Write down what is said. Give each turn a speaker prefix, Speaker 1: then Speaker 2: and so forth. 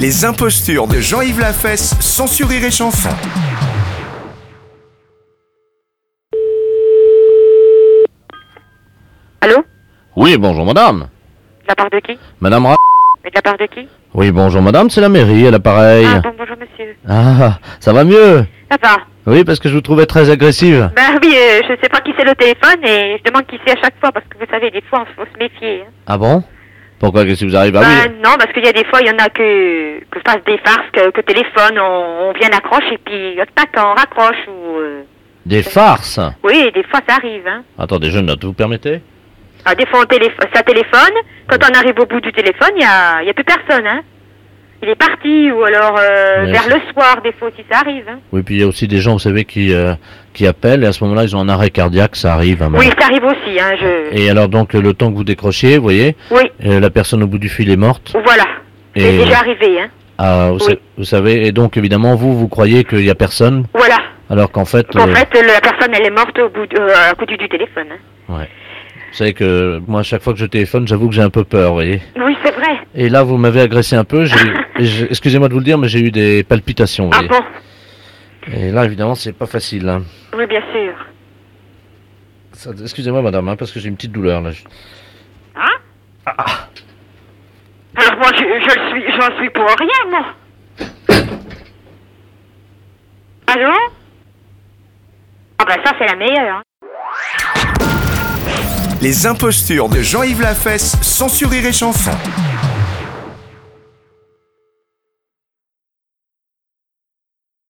Speaker 1: Les impostures de Jean-Yves Lafesse, sans sourire et chanson.
Speaker 2: Allô
Speaker 3: Oui, bonjour madame.
Speaker 2: De la part de qui
Speaker 3: Madame Ra...
Speaker 2: Mais de la part de qui
Speaker 3: Oui, bonjour madame, c'est la mairie à l'appareil.
Speaker 2: Ah bon, bonjour monsieur.
Speaker 3: Ah, ça va mieux
Speaker 2: Ça va
Speaker 3: Oui, parce que je vous trouvais très agressive.
Speaker 2: Ben oui, euh, je sais pas qui c'est le téléphone et je demande qui c'est à chaque fois parce que vous savez, des fois, on faut se méfier. hein.
Speaker 3: Ah bon Pourquoi Qu'est-ce qui vous arrive Ah
Speaker 2: ben
Speaker 3: oui.
Speaker 2: non, parce qu'il y a des fois, il y en a que, que fassent des farces, que, que téléphone, on, on vient accroche et puis, hop, tac, on raccroche ou... euh,
Speaker 3: Des farces
Speaker 2: Oui, des fois, ça arrive, hein.
Speaker 3: Attendez, je note, vous permettez
Speaker 2: Ah, des fois, on téléph- ça téléphone. Quand on arrive au bout du téléphone, il n'y a, il y a plus personne, hein. Il est parti, ou alors euh,
Speaker 3: Ouais,
Speaker 2: vers
Speaker 3: c'est-
Speaker 2: le soir, des fois aussi, ça arrive. Hein.
Speaker 3: Oui, puis il y a aussi des gens, vous savez, qui, euh, qui appellent et à ce moment-là, ils ont un arrêt cardiaque, ça arrive. hein,
Speaker 2: Oui,
Speaker 3: madame.
Speaker 2: ça arrive aussi, hein, je...
Speaker 3: Et alors donc, le temps que vous décrochiez, vous voyez,
Speaker 2: Oui,
Speaker 3: euh, la personne au bout du fil est morte.
Speaker 2: voilà. C'est
Speaker 3: Et-
Speaker 2: déjà arrivé, hein.
Speaker 3: Ah, vous, sa-
Speaker 2: Oui.
Speaker 3: vous savez, et donc évidemment, vous, vous croyez qu'il n'y a personne,
Speaker 2: Voilà.
Speaker 3: alors qu'en fait...
Speaker 2: En
Speaker 3: euh,
Speaker 2: fait, la personne, elle est morte au bout de, euh, à côté du téléphone. hein.
Speaker 3: Ouais. Vous savez que moi, à chaque fois que je téléphone, j'avoue que j'ai un peu peur, vous voyez.
Speaker 2: Oui, c'est vrai.
Speaker 3: Et là, vous m'avez agressé un peu. j'ai eu- et j'ai- Excusez-moi de vous le dire, mais j'ai eu des palpitations, vous
Speaker 2: Ah
Speaker 3: voyez.
Speaker 2: bon
Speaker 3: Et là, évidemment, c'est pas facile. hein.
Speaker 2: Oui, bien sûr.
Speaker 3: Ça- Excusez-moi, madame, hein, parce que j'ai une petite douleur, là. Je-
Speaker 2: Hein Alors moi, je, je le suis, j'en suis pour rien, moi. Allô Ah ben ça, c'est la meilleure. hein.
Speaker 1: Les impostures de Jean-Yves Lafesse, sans sourire et chanson.